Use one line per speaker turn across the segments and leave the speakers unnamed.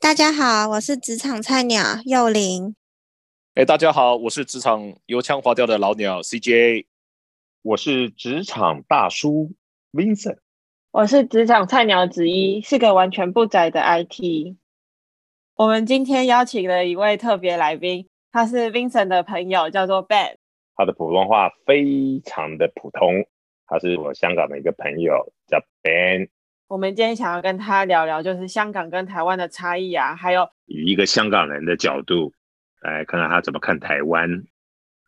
大家好，我是职场菜鸟幼玲。
哎，大家好，我是职场油腔滑调的老鸟 CJ。
我是职场大叔 Vincent。
我是职场菜鸟子一，是个完全不宅的 IT。我们今天邀请了一位特别来宾，他是 Vincent 的朋友，叫做 Ben。
他的普通话非常的普通，他是我香港的一个朋友，叫 Ben。
我们今天想要跟他聊聊，就是香港跟台湾的差异啊，还有
以一个香港人的角度来看看他怎么看台湾，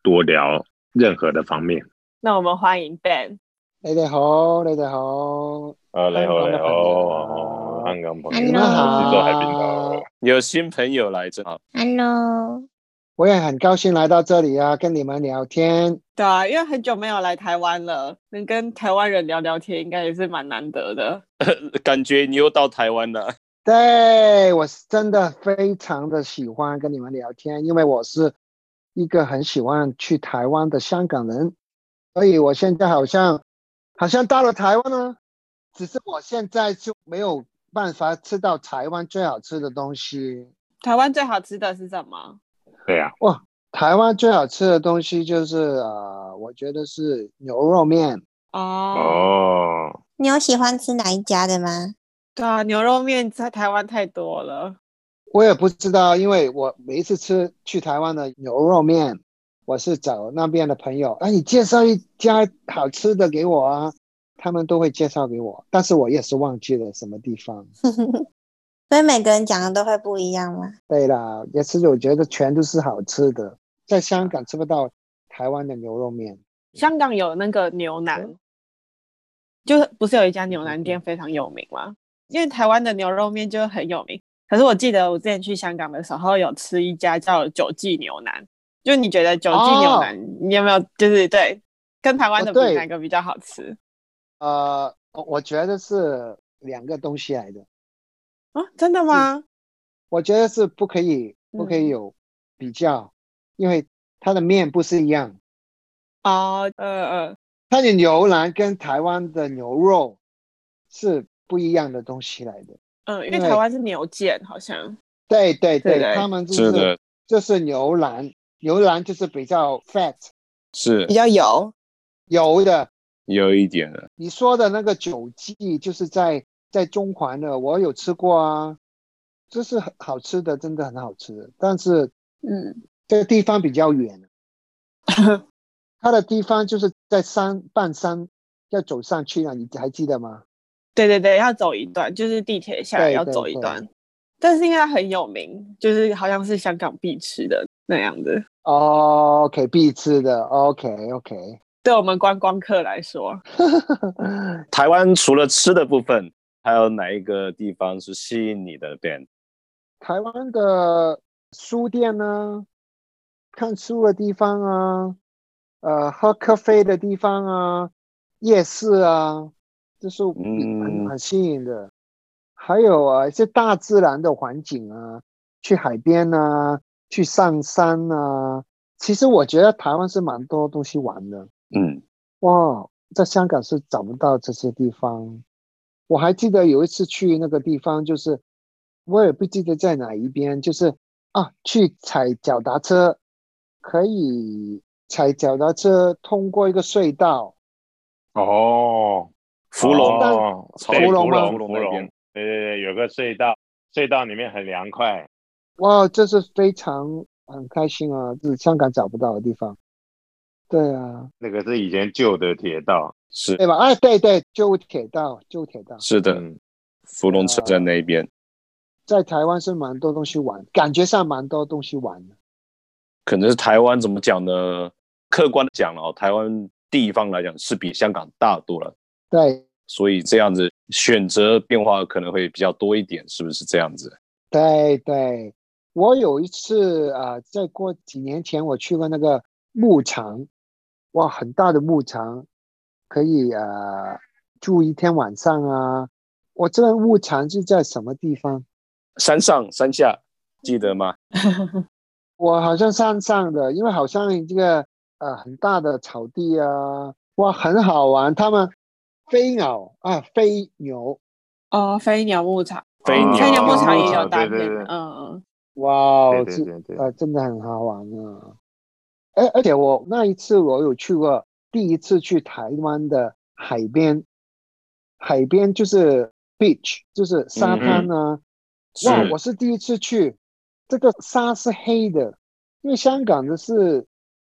多聊任何的方面。
那我们欢迎 Ben。
你哋好，你哋哎好，
啊，你好，
香港
你好，香
的朋友
港朋友，
你
我
好
是周海滨的。哦
有新朋友来着啊，
Hello，
我也很高兴来到这里啊，跟你们聊天。
对啊，因为很久没有来台湾了，能跟台湾人聊聊天，应该也是蛮难得的。
感觉你又到台湾了。
对我是真的非常的喜欢跟你们聊天，因为我是一个很喜欢去台湾的香港人，所以我现在好像好像到了台湾呢，只是我现在就没有办法吃到台湾最好吃的东西。
台湾最好吃的是什么？
对啊，
台湾最好吃的东西就是呃，我觉得是牛肉面。
哦，
哦，
你有喜欢吃哪一家的吗？
对啊，牛肉面在台湾太多了。
我也不知道，因为我每一次吃去台湾的牛肉面，我是找那边的朋友，啊，你介绍一家好吃的给我啊，他们都会介绍给我，但是我也是忘记了什么地方。
所以每个人讲的都会不一样吗？
对啦，也是我觉得全都是好吃的，在香港吃不到台湾的牛肉面。
香港有那个牛腩，就是不是有一家牛腩
嗯
店非常有名吗？因为台湾的牛肉面就很有名，可是我记得我之前去香港的时候有吃一家叫九记牛腩，就你觉得九记牛腩、你有没有就是对跟台湾的
哦对
比哪个比较好吃
呃，我我觉得是两个东西来的，
啊？真的吗？
我觉得是不可以
嗯
不嗯可以有比较，因为它的面不是一样，
哦，呃呃，
它的牛腩跟台湾的牛肉是不一样的东西来的。
嗯，因
因
为
为
台湾是牛腱，好像
对对对，
对
他们就是
的，
就是牛腩，牛腩就是比较 fat
是
比较油。
油的。
有一点的。
你说的那个九记就是在在中环的，我有吃过啊，这是很好吃的，真的很好吃。但是
嗯，
这个地方比较远，它的地方就是在山半山，要走上去了，你还记得吗？
对对对，要走一段，就是地铁下来
对
要
对
走一
对
段。但是因为它很有名，就是好像是香港必吃的那样的。
哦，OK，必吃的，OK OK。
对我们观光客来 说，
台湾除了吃的部分，还有哪一个地方是吸引你的？Ben，
台湾的书店呢，看书的地方啊，呃，喝咖啡的地方啊，夜市啊，这是
嗯
很很吸引的。还有啊，一些大自然的环境啊，去海边啊，去上山啊。其实我觉得台湾是蛮多东西玩的。
嗯，
哇，在香港是找不到这些地方。我还记得有一次去那个地方，就是我也不记得在哪一边，就是啊，去踩脚踏车，可以踩脚踏车通过一个隧道。
哦，
芙蓉
但
哦
对
对
芙蓉
芙
吗
蓉，
芙蓉
芙
那
蓉
边，
对对对，有个隧道，隧道里面很凉快。
哇，这是非常很开心啊，是香港找不到的地方。对啊，
那个是以前旧的铁道，
是
对吧？哎，对对，旧铁道，旧铁道，
是的，
嗯，
芙蓉车站那边。
在台湾是蛮多东西玩，感觉上蛮多东西玩的。
可能是台湾怎么讲呢？客观的讲哦，台湾地方来讲是比香港大多了，
对，
所以这样子选择变化可能会比较多一点，是不是这样子？
对对，我有一次啊、呃再过几年前我去过那个牧场，哇，很大的牧场，可以呃住一天晚上啊。我这个牧场是在什么地方？
山上山下记得吗？
我好像山上的，因为好像这个呃很大的草地啊，哇，很好玩。他们飞鸟啊，飞牛，
哦，飞鸟牧场，
飞
哦
鸟啊
菜鸟牧场
啊
也有
哦
大
对对
便，
对
嗯嗯，
哇哦，
对对
这
对对
呃真的很好玩啊！而而且我那一次我有去过，第一次去台湾的海边，海边就是 beach，就是沙滩啊。
是
哇，我是第一次去，这个沙是黑的，因为香港的是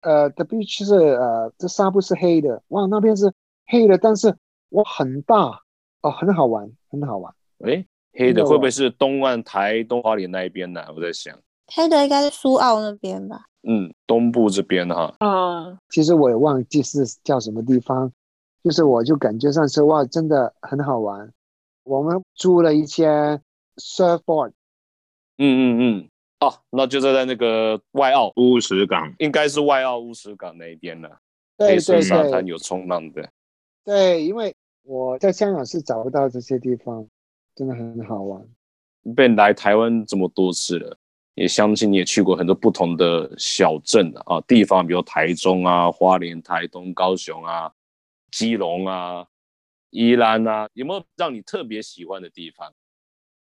呃，the beach 是呃，这纱布是黑的，哇，那边是黑的，但是哇很大哦，很好玩，很好玩。
哎，黑
真的
的
哦
会不会是东岸、台东、花莲那一边呢、我在想，
黑的应该是苏澳那边吧？
嗯，东部这边哈、
嗯，
其实我也忘记是叫什么地方，就是我就感觉上说哇，真的很好玩。我们租了一些 surfboard，
嗯嗯嗯，哦，那就是在那个外澳，
乌石港
应该是外澳乌石港那一边了、
对
黑色
对
沙滩
对
有冲浪的，
对，因为我在香港是找不到这些地方，真的很好玩。
被来台湾这么多次了，也相信你也去过很多不同的小镇啊地方，比如台中啊、花莲、台东、高雄啊、基隆啊、宜兰啊，有没有让你特别喜欢的地方？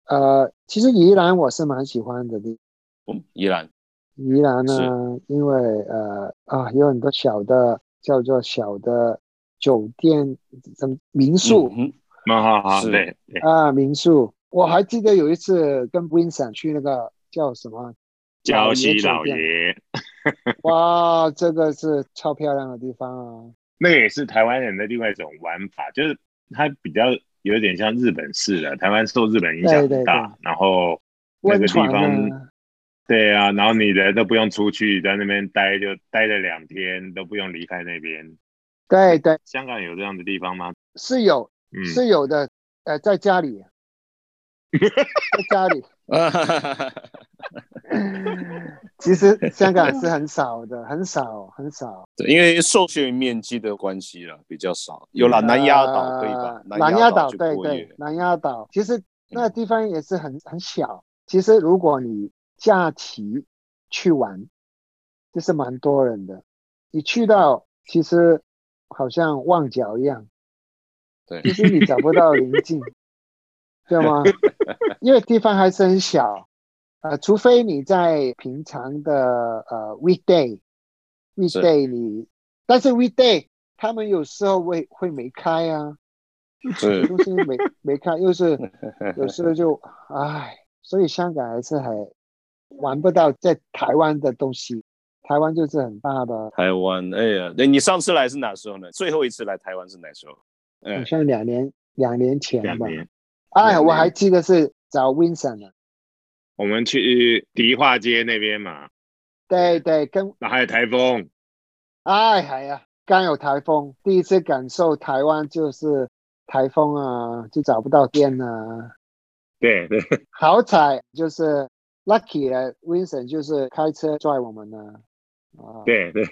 呃，其实宜兰我是蛮喜欢的地，
嗯，宜兰，
宜兰呢，因为呃啊有很多小的叫做小的酒店，什么民宿，
嗯
那哈哈，
是
对对，
啊，民宿，我还记得有一次跟 Vincent 去那个叫什么
礁溪
老
老
酒店，
爷，
哇，这个是超漂亮的地方啊！
那个也是台湾人的另外一种玩法，就是它比较有点像日本式的，台湾受日本影响
对对
很大，
对
然后那
温
个地
泉
方
啊，
对啊，然后你人都不用出去，在那边待就待了两天，都不用离开那边。
对对，
香港有这样的地方吗？
是有
嗯，
是有的，呃，在家里，在 家里，
哼，
其实香港是很少的，很少很少。
对，因为受限于面积的关系了，比较少。有了南丫岛，对吧
呃？
南
嗯南丫岛
就
对
过夜嗯
对，，南丫岛其实那个地方也是很很小。其实如果你假期去玩，就是蛮多人的。你去到其实好像旺角一样，
对
其实你找不到邻 近，对吗？因为地方还是很小，呃，除非你在平常的呃 weekday weekday 你，但是 weekday 他们有时候会会没开啊。
是
东西没没看，又是 有时候 就唉，所以香港还是很玩不到在台湾的东西。台湾就是很大的，
台湾。哎呀，那你上次来是哪时候呢？最后一次来台湾是哪时候？
好
嗯，
像两年两年前
两
吧。
年。
哎，
两
我
年
还记得是找 Vincent 啊的，
我们去迪化街那边嘛，
对对，跟
然后还有台风，
哎系啊，刚有台风，第一次感受台湾就是台风啊，就找不到电啊。
对对，
好彩就是 lucky 了，Vincent 就是开车拽我们呢、啊。
对对，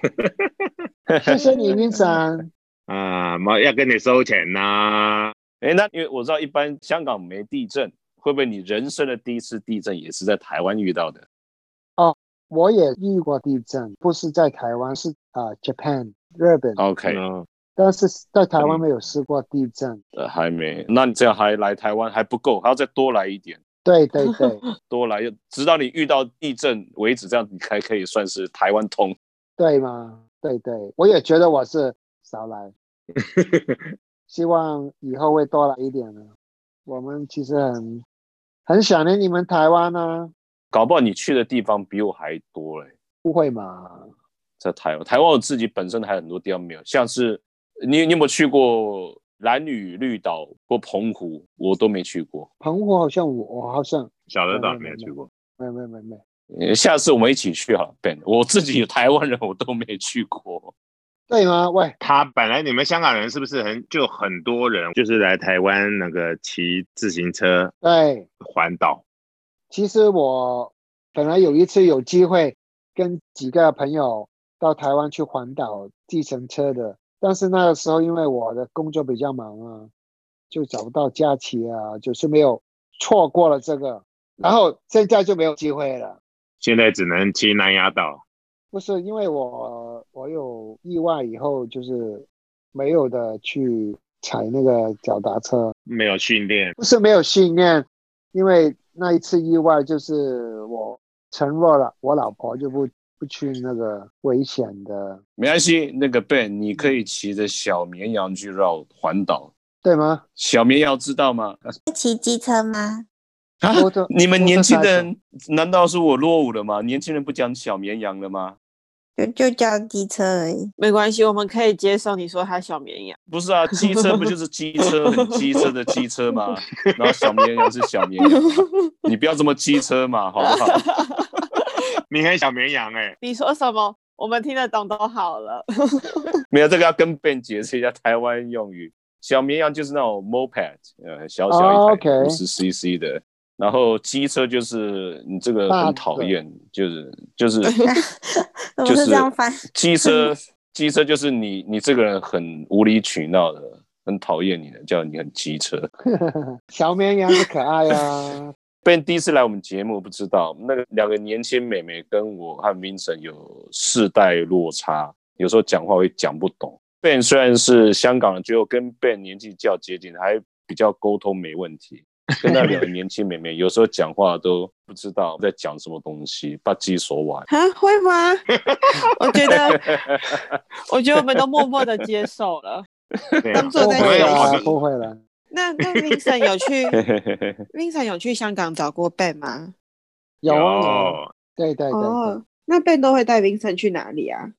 谢谢你，Vincent。
啊，妈要跟你收钱呐、
哎，那因为我知道一般香港没地震，会不会你人生的第一次地震也是在台湾遇到的？
我也遇过地震，不是在台湾，是啊、呃 Japan 日本，
OK，、
嗯，
但是在台湾
嗯
没有试过地震。
呃，还没。那你这样还来台湾还不够，还要再多来一点，
对对对
多来，直到你遇到地震为止，这样你才可以算是台湾通。
对嘛，对对，我也觉得我是少来，希望以后会多来一点呢。我们其实很很想念你们台湾啊呢、
搞不好你去的地方比我还多嘞。
不会嘛？
在台湾，台湾我自己本身还有很多地方没有，像是你你有没有去过蓝屿、绿岛或澎湖？我都没去过。
澎湖好像我我好像
小的岛没有去过，
没有没有没有没有，
呃下次我们一起去好了，Ben。我自己台湾人我都没去过，
对吗？喂，
他本来你们香港人是不是很就很多人就是来台湾那个骑自行车
对，
环岛？
其实我本来有一次有机会跟几个朋友到台湾去环岛计程车的，但是那个时候因为我的工作比较忙啊，就找不到假期啊，就是没有错过了这个，然后现在就没有机会了。
现在只能骑南丫岛，
不是因为我我有意外以后，就是没有的去踩那个脚踏车，
没有训练，
不是没有训练，因为那一次意外就是我承诺了，我老婆就不不去那个危险的，
没关系，那个 Ben，你可以骑着小绵羊去绕环岛。
对吗？
小绵羊知道吗？
会骑机车吗？
啊
摩托
你们
摩托
年轻
车
人难道是我落伍了吗？年轻人不讲小绵羊了吗？
就就叫机车而已。
没关系，我们可以接受你说他小绵羊。
不是啊，机车不就是机车很机车的机车吗？然后小绵羊是小绵羊吗，你不要这么机车嘛，好不好？
你很小绵羊 哎、
你说什么？我们听得懂都好了。
没有这个要跟 Ben 解释一下台湾用语。小绵羊就是那种 moped，呃，小小
哦
一台五
，OK
十 cc 的。然后机车就是你这个
大
很
的
讨厌，就是就是
我
就
是
是
这样翻，
机车机车就是你你这个人很无理取闹的，很讨厌你的，叫你很机车。
小绵羊是可爱 啊，
Ben 第一次来我们节目，不知道那个两个年轻美眉跟我和 Vincent 有世代落差，有时候讲话会讲不懂。Ben 虽然是香港人，觉得我跟 Ben 年纪较接近，还比较沟通没问题。跟那两个年轻美眉有时候讲话都不知道在讲什么东西，不知所玩。
啊，会吗？ 我觉得，我觉得我们都默默的接受了。
对啊
当
不
作
我
在
会
们
小
我
啦，
们
不会啦。
那那 Vincent 有去 Vincent 有去香港找过 Ben 吗？
有啊有啊，对对对对，
哦，那 Ben 都会带 Vincent 去哪里啊？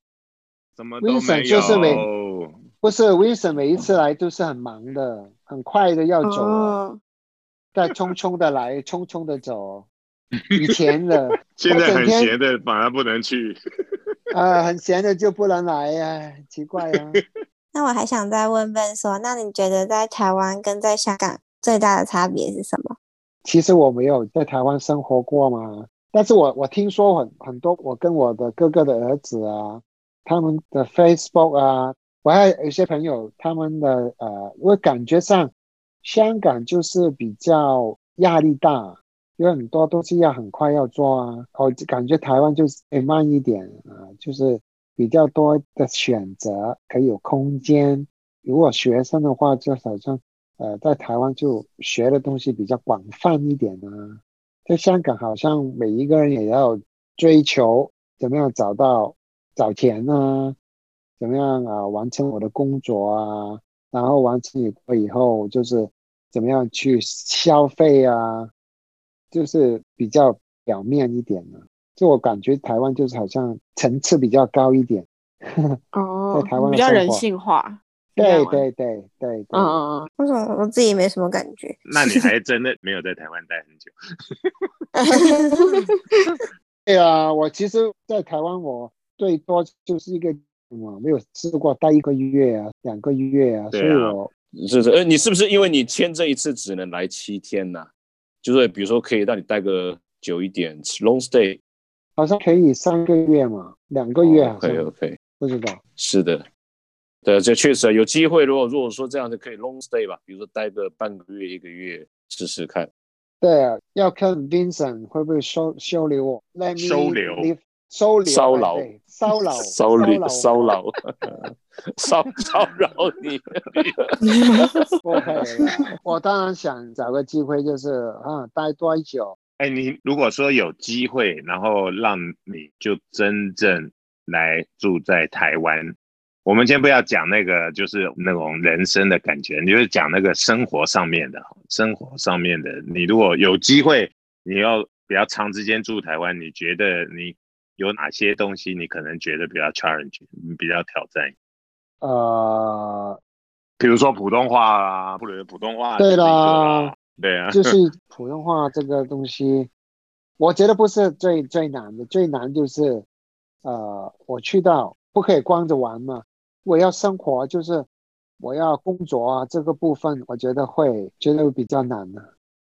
什么都
Wilson
没
就是美
哦
有。
不是 Wilson 每一次来都是很忙的，很快的要走啊，
哦，
再匆匆的来，匆匆的走。以前的
现在很
我整天
闲的，反而不能 去。
啊、很闲的就不能来呀、哎奇怪啊。
那我还想再问 Ben 说，那你觉得在台湾跟在香港最大的差别是什么？
其实我没有在台湾生活过嘛，但是我我听说很很多，我跟我的哥哥的儿子啊，他们的 Facebook 啊，我还有一些朋友，他们的呃，我感觉上香港就是比较压力大，有很多东西要很快要做啊，我就感觉台湾就是哎慢一点啊，就是比较多的选择，可以有空间。如果学生的话，就好像。呃，在台湾就学的东西比较广泛一点呢、啊在香港，好像每一个人也要追求怎么样找到找钱啊，怎么样啊、完成我的工作啊，然后完成以后以后就是怎么样去消费啊，就是比较表面一点呢、就我感觉台湾就是好像层次比较高一点，
哦
在台湾的
比较
生活
人性化。这样
对
吗
对对对对，
嗯嗯嗯，
为什么我自己没什么感 觉？
那你还真的没有在台湾待很久。
对啊，我其实，在台湾我最多就是一个，我没有试过待一个月啊，两个月啊，
对
所
啊
以我
是是，呃，你是不是因为你签证一次只能来七天呐、就是比如说可以让你待个久一点，long stay。
好像可以三个月嘛，两个月
哦
好
OK
像
OK。
不知道。
是的，对，这确实啊有机会。如果如果说这样就可以 long stay 吧，比如说待个半个月、一个月试试看。
对啊，要看 Vincent 会不会收收留我，Let me
收留
leave- 收留
骚
哎
扰
对骚 扰
骚扰、
骚
骚
扰
扰、 骚骚扰你。
嗯
我 OK 了。我当然想找个机会，就是啊，待多久？
哎，你如果说有机会，然后让你就真正来住在台湾，我们先不要讲那个，就是那种人生的感觉，你就是讲那个生活上面的，生活上面的。你如果有机会，你要比较长时间住台湾，你觉得你有哪些东西你可能觉得比较 challenge，比较挑战？
呃，
比如说普通话啊，或者普通话
对
是一个
啦
啊，对 啊，
就是普通话这个东西，我觉得不是最最难的，最难就是，呃，我去到不可以光着玩嘛，我要生活，就是我要工作啊，这个部分我觉得会觉得会比较难的、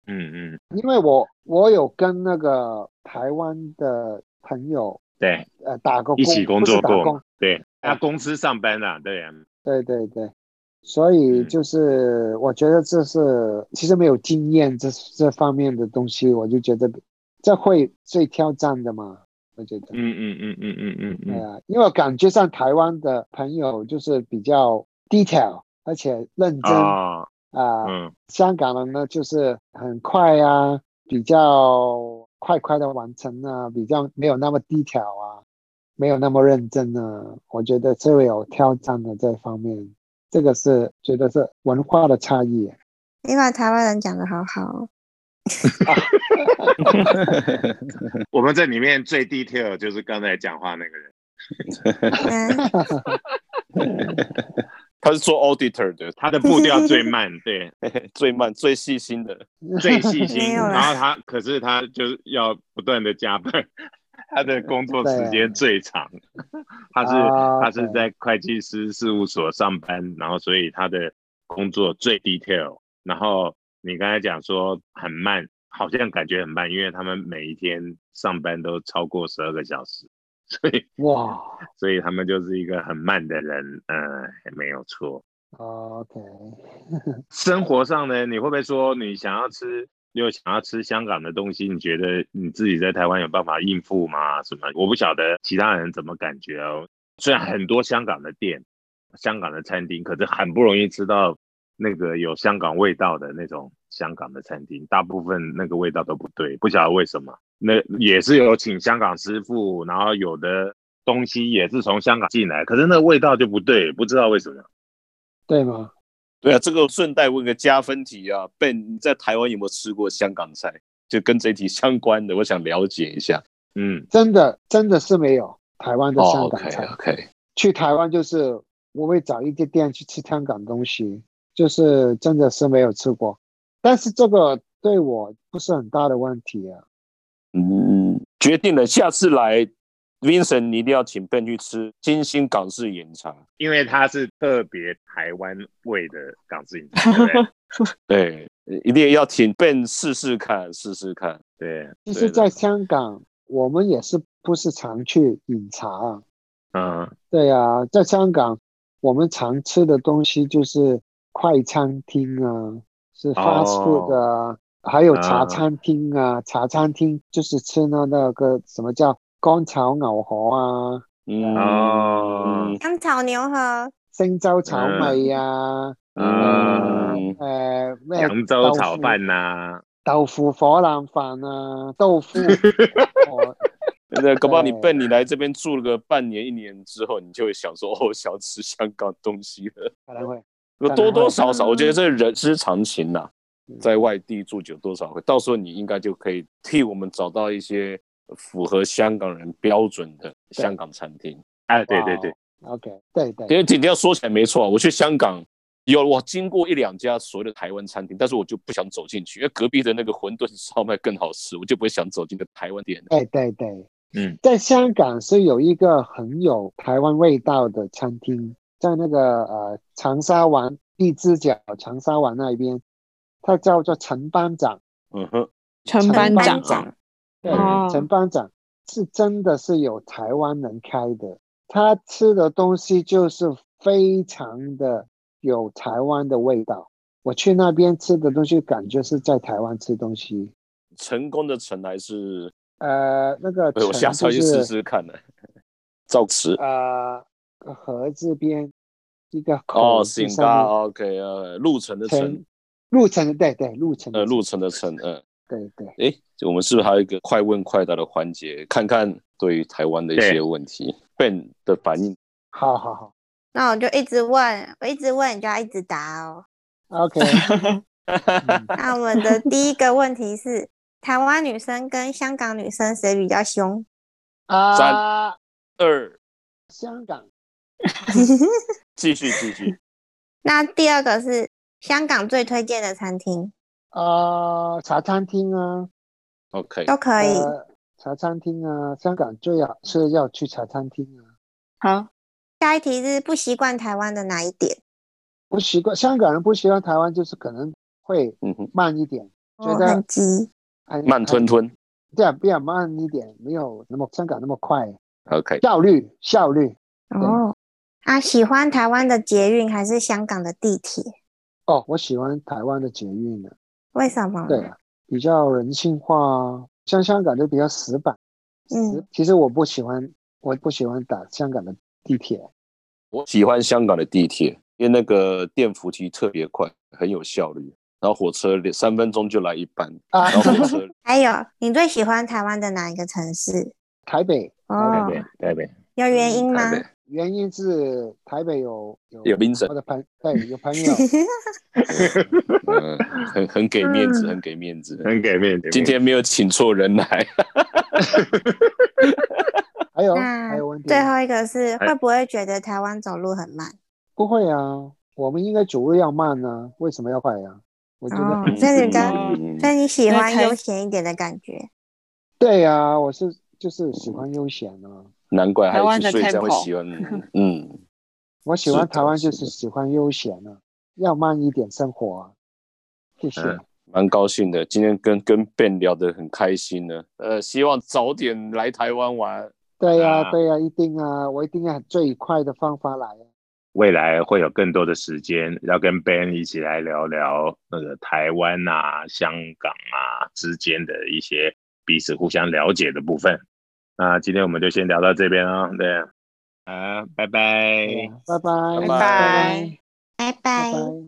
嗯嗯，
因为我我有跟那个台湾的朋友
对，
呃打过工，
一起工
不是
作
打
过
工哎
嘛，，对，在公司上班啊，对啊。
对对对，所以
嗯
就是我觉得这是其实没有经验这这方面的东西，我就觉得这会最挑战的嘛，我觉得，
嗯嗯嗯嗯嗯
对
嗯
啊，因为我感觉上台湾的朋友就是比较 detail，而且认
嗯
真啊、
啊，嗯
香港人呢就是很快啊，比较快快的完成啊，比较没有那么低调啊，没有那么认真啊，我觉得是有挑战的这方面，这个是觉得是文化的 差异。
你把台湾人讲的好好哦，
我们这里面最 detail 就是刚才讲话那个人，
嗯，
他是做 auditor 的，
他的步调最慢， 对，
最慢、最细心的。
最细心。
没有啦
然后他，可是他就是要不断的加班， 他的工作时间最长。他是、
啊
他是在会计师事务所上班，然后所以他的工作最 detail。然后你刚才讲说很慢，好像感觉很慢，因为他们每一天上班都超过十二个小时，所以
哇
所以他们就是一个很慢的人，呃，没有错。
啊，OK，
生活上呢，你会不会说你想要吃又想要吃香港的东西？你觉得你自己在台湾有办法应付吗？什么？我不晓得其他人怎么感觉哦。虽然很多香港的店、香港的餐厅，可是很不容易吃到那个有香港味道的那种香港的餐厅，大部分那个味道都不对，不晓得为什么。那也是有请香港师傅，然后有的东西也是从香港进来，可是那个味道就不对，不知道为什么。
对吗？
对啊，这个顺带问个加分题啊，Ben，你在台湾有没有吃过香港菜？就跟这一题相关的，我想了解一下。
嗯，
真的真的是没有台湾的
哦
香港菜。
，OK，OK，
去台湾就是我会找一些店去吃香港东西，就是真的是没有吃过，但是这个对我不是很大的问题啊。
嗯，决定了，下次来 Vincent，你一定要请 Ben 去吃金星港式饮茶。
因为它是特别台湾味的港式饮茶，对 不对？
对，一定要请 Ben 试试看，试试看。
对，
其
对
实，
的
在香港我们也是不是常去饮茶啊？
嗯，
对啊，在香港我们常吃的东西就是快餐厅啊，
哦
是 fast food 啊，还有茶餐厅啊。茶餐厅就是吃那那个什么叫干炒牛河啊。
嗯，
哦
干炒牛河，
星洲炒米呀、啊，
嗯
嗯，
诶咩、
扬州炒饭呐、
豆腐火腩飯啊，豆 腐哦火
那搞不好你
对
Ben 你来这边住了个半年一年之后，你就会想说，哦，想吃香港东西了。
可能会
那
当然
多多
会啊
少少，我觉得这人之常情呐、
嗯
在外地住久，多少会，到时候你应该就可以替我们找到一些符合香港人标准的香港餐厅。
哎，对对对，
哦，OK，对对
因为今天说起来没错啊，我去香港有我经过一两家所谓的台湾餐厅，但是我就不想走进去，因为隔壁的那个馄饨烧麦更好吃，我就不会想走进个台湾店。
对对对，
嗯，
在香港是有一个很有台湾味道的餐厅，在那个呃长沙湾荔枝角长沙湾那边，它叫做陈班长，
嗯哼，
陈
陈
班
班
长
长，
对，
哦
陈班长是真的是有台湾人开的，他吃的东西就是非常的有台湾的味道。我去那边吃的东西，感觉是在台湾吃东西。
成功的成还是，
呃，那个
哎对我
陈
下次要去
就
试
是
试看呢、 造词
呃河字边一个口
哦，
字
行
上
吧
面，
，OK，呃，路程的程
陈，路程对对路程
呃，路程的程，呃，
对对
诶，我们是不是还有一个快问快答的环节，看看对于台湾的一些
对
问题，Ben 的反 应？
好好好
那我就一直问，我一直问，你就要一直答哦。
，OK，嗯
那我们的第一个问题是：台湾女生跟香港女生谁比较凶？
啊，
二，
香港
继续继 续，
那第二个是香港最推荐的餐厅，
啊茶餐厅啊。
OK，
都可以。
呃，茶餐厅啊，香港最好是要去茶餐厅啊。
好，
下一题是不习惯台湾的哪一点？
不习惯香港人不习惯台湾，就是可能会
嗯哼，
慢一点，觉
哦
得哎
很急。
很
慢吞，吞
很对啊，比较慢一点，没有那么香港那么快，
，OK，
效率效率
哦，啊，喜欢台湾的捷运还是香港的地铁？
哦，我喜欢台湾的捷运啊，
为什
嗯
么？
对啊，比较人性化啊，像香港就比较死板，死
嗯，
其实我不喜欢，我不喜欢打香港的地铁，
我喜欢香港的地铁，因为那个电扶梯特别快，很有效率。然后火车连三分钟就来一班，
啊
然，后火车
还有，你最喜欢台湾的哪一个城市？
台北
台
哦，
北，台北，
有原因吗
台？北
原因是台北有有
有冰城
我，的朋对有朋友
嗯，很很给面子，很给面子。
很给面子。
今天没有请错人来，
还有
那
还有问题
最
吗？
后一个是
哎
会不会觉得台湾走路很慢？
不会啊，我们应该走路要慢啊，为什么要快啊？我觉得、
哦所以你刚
嗯
所以你喜
那
欢
台
悠闲一点的感觉？
对啊，我是就是喜欢悠闲啊，
难怪
台
还
湾
是
的
睡觉会
tempo
喜欢，嗯，
我喜
是
欢
的
台湾就是是喜欢悠闲啊，要慢一点生活啊。谢谢。
嗯
蛮高兴的。今天跟跟 Ben 聊得很开心呢，呃，希望早点来台湾玩。
对呀、
啊
对呀、一定啊，我一定要最快的方法来啊。
未来会有更多的时间要跟 Ben 一起来聊聊那个台湾啊、香港啊之间的一些彼此互相了解的部分。那今天我们就先聊到这边啊，对，啊，拜拜。
对呀
哎拜
拜拜
拜拜，拜
拜
拜
拜。
拜。